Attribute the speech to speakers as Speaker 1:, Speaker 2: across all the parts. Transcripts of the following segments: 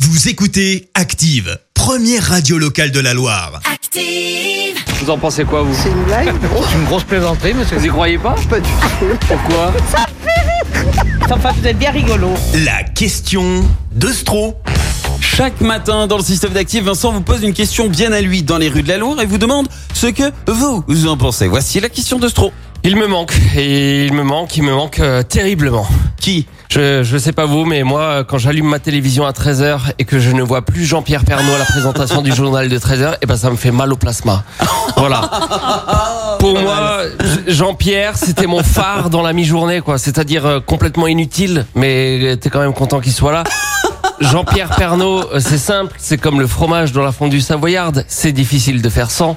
Speaker 1: Vous écoutez Active, première radio locale de la Loire.
Speaker 2: Active!
Speaker 3: Vous en pensez quoi, vous
Speaker 4: C'est une blague
Speaker 5: Une grosse plaisanterie, monsieur.
Speaker 3: Vous y croyez pas
Speaker 4: Pas du tout.
Speaker 3: Pourquoi
Speaker 6: Enfin, vous êtes bien rigolo.
Speaker 1: La question de Stro.
Speaker 7: Chaque matin dans le système d'actifs, Vincent vous pose une question bien à lui dans les rues de la Loire et vous demande ce que vous, vous en pensez. Voici la question de Stro.
Speaker 8: Il me manque, et il me manque, il me manque euh, terriblement.
Speaker 7: Qui
Speaker 8: Je, je sais pas vous, mais moi, euh, quand j'allume ma télévision à 13h et que je ne vois plus Jean-Pierre Pernaud à la présentation du journal de 13h, et ben ça me fait mal au plasma. Voilà. Pour moi, Jean-Pierre, c'était mon phare dans la mi-journée, quoi. C'est-à-dire euh, complètement inutile, mais euh, t'es quand même content qu'il soit là. Jean-Pierre Pernaud, euh, c'est simple, c'est comme le fromage dans la fondue savoyarde, c'est difficile de faire sans.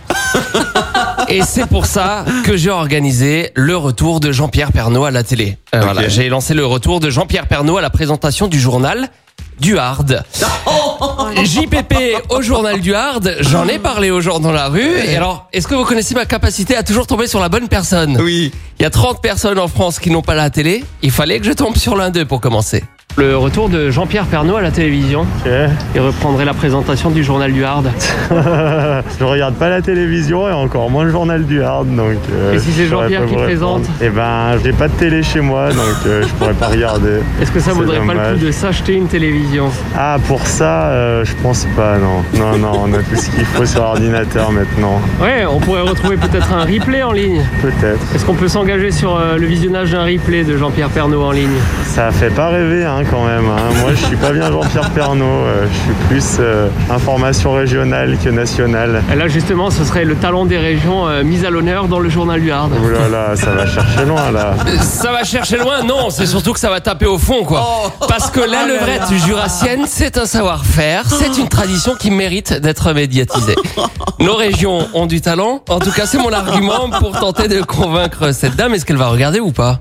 Speaker 8: Et c'est pour ça que j'ai organisé le retour de Jean-Pierre Pernaud à la télé. Euh, Voilà, j'ai lancé le retour de Jean-Pierre Pernaud à la présentation du journal du Hard. JPP au journal du Hard, j'en ai parlé aux gens dans la rue. Et alors, est-ce que vous connaissez ma capacité à toujours tomber sur la bonne personne
Speaker 7: Oui.
Speaker 8: Il y a 30 personnes en France qui n'ont pas la télé, il fallait que je tombe sur l'un d'eux pour commencer. Le retour de Jean-Pierre Pernaud à la télévision. Il reprendrait la présentation du journal du Hard.
Speaker 9: je regarde pas la télévision et encore moins le journal du Hard. Donc, euh,
Speaker 8: Et si c'est
Speaker 9: je saurais
Speaker 8: Jean-Pierre
Speaker 9: pas
Speaker 8: qui
Speaker 9: vous
Speaker 8: le
Speaker 9: répondre.
Speaker 8: présente
Speaker 9: Eh ben, j'ai pas de télé chez moi, donc euh, je pourrais pas regarder.
Speaker 8: Est-ce que ça
Speaker 9: C'est
Speaker 8: vaudrait pas le
Speaker 9: dommage.
Speaker 8: coup de s'acheter une télévision
Speaker 9: Ah, pour ça, euh, je pense pas, non. Non, non, on a tout ce qu'il faut sur ordinateur maintenant.
Speaker 8: Ouais, on pourrait retrouver peut-être un replay en ligne.
Speaker 9: Peut-être.
Speaker 8: Est-ce qu'on peut s'engager sur euh, le visionnage d'un replay de Jean-Pierre Pernaud en ligne
Speaker 9: Ça fait pas rêver, hein, quand même. hein. Moi, je suis pas bien Jean-Pierre Pernaud. euh, je suis plus euh, information régionale que nationale.
Speaker 8: Et Là, justement, ce serait le talent des régions euh, mis à l'honneur dans le journal du Hard.
Speaker 9: Ouh là là, ça va chercher loin, là.
Speaker 8: Ça va chercher loin Non, c'est surtout que ça va taper au fond, quoi. Parce que la levrette jurassienne, c'est un savoir-faire, c'est une tradition qui mérite d'être médiatisée. Nos régions ont du talent. En tout cas, c'est mon argument pour tenter de convaincre cette dame. Est-ce qu'elle va regarder ou pas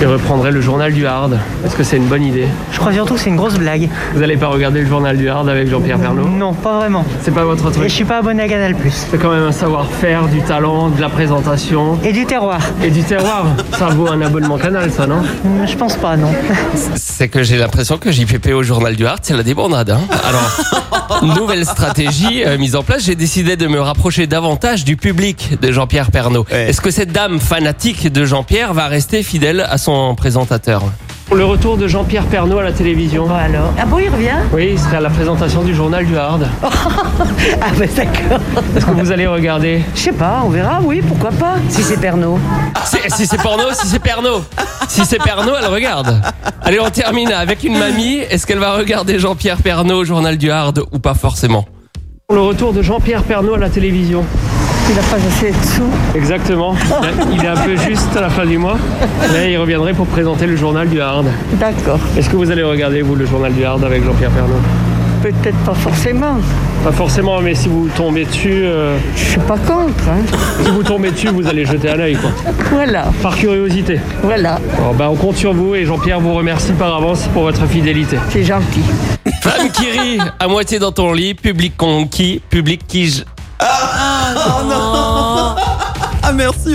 Speaker 8: Et reprendrait le journal du Hard. Est-ce que c'est une bonne idée
Speaker 6: Je crois surtout que c'est une grosse blague.
Speaker 8: Vous n'allez pas regarder le journal du Hard avec Jean-Pierre
Speaker 6: Non, pas vraiment.
Speaker 8: C'est pas votre
Speaker 6: Et je suis pas abonné à Canal+.
Speaker 8: C'est quand même un savoir-faire, du talent, de la présentation
Speaker 6: Et du terroir
Speaker 8: et du terroir. Ça vaut un abonnement canal, ça, non
Speaker 6: Hmm, Je pense pas, non.
Speaker 8: C'est que j'ai l'impression que JPP au Journal du Hard, c'est la débandade. hein. Alors, nouvelle stratégie euh, mise en place, j'ai décidé de me rapprocher davantage du public de Jean-Pierre Pernaud.
Speaker 7: Ouais.
Speaker 8: Est-ce que cette dame fanatique de Jean-Pierre va rester fidèle à son présentateur Le retour de Jean-Pierre Pernaud à la télévision.
Speaker 6: Bon alors. Ah bon, il revient
Speaker 8: Oui, il serait à la présentation du Journal du Hard.
Speaker 6: Ah bah d'accord.
Speaker 8: Est-ce que vous allez regarder
Speaker 6: Je sais pas, on verra, oui, pourquoi pas. Si c'est Pernod.
Speaker 8: Si, si c'est porno, si c'est perno. Si c'est perno, elle regarde. Allez, on termine avec une mamie. Est-ce qu'elle va regarder Jean-Pierre Pernaud au journal du Hard ou pas forcément Le retour de Jean-Pierre Pernaud à la télévision.
Speaker 6: Il a pas assez de sous.
Speaker 8: Exactement. Il est un peu juste à la fin du mois. Là, il reviendrait pour présenter le journal du Hard.
Speaker 6: D'accord.
Speaker 8: Est-ce que vous allez regarder, vous, le journal du Hard avec Jean-Pierre Pernaud
Speaker 6: Peut-être pas forcément.
Speaker 8: Pas forcément, mais si vous tombez dessus, euh,
Speaker 6: Je suis pas contre, hein.
Speaker 8: si vous tombez dessus, vous allez jeter un œil, quoi.
Speaker 6: Voilà,
Speaker 8: Par curiosité.
Speaker 6: voilà.
Speaker 8: Bon, ben, on compte sur vous et Jean-Pierre vous remercie par avance pour votre fidélité.
Speaker 6: C'est gentil.
Speaker 8: Femme qui rit, à moitié dans ton lit, public conquis, public qui je-
Speaker 7: Ah merci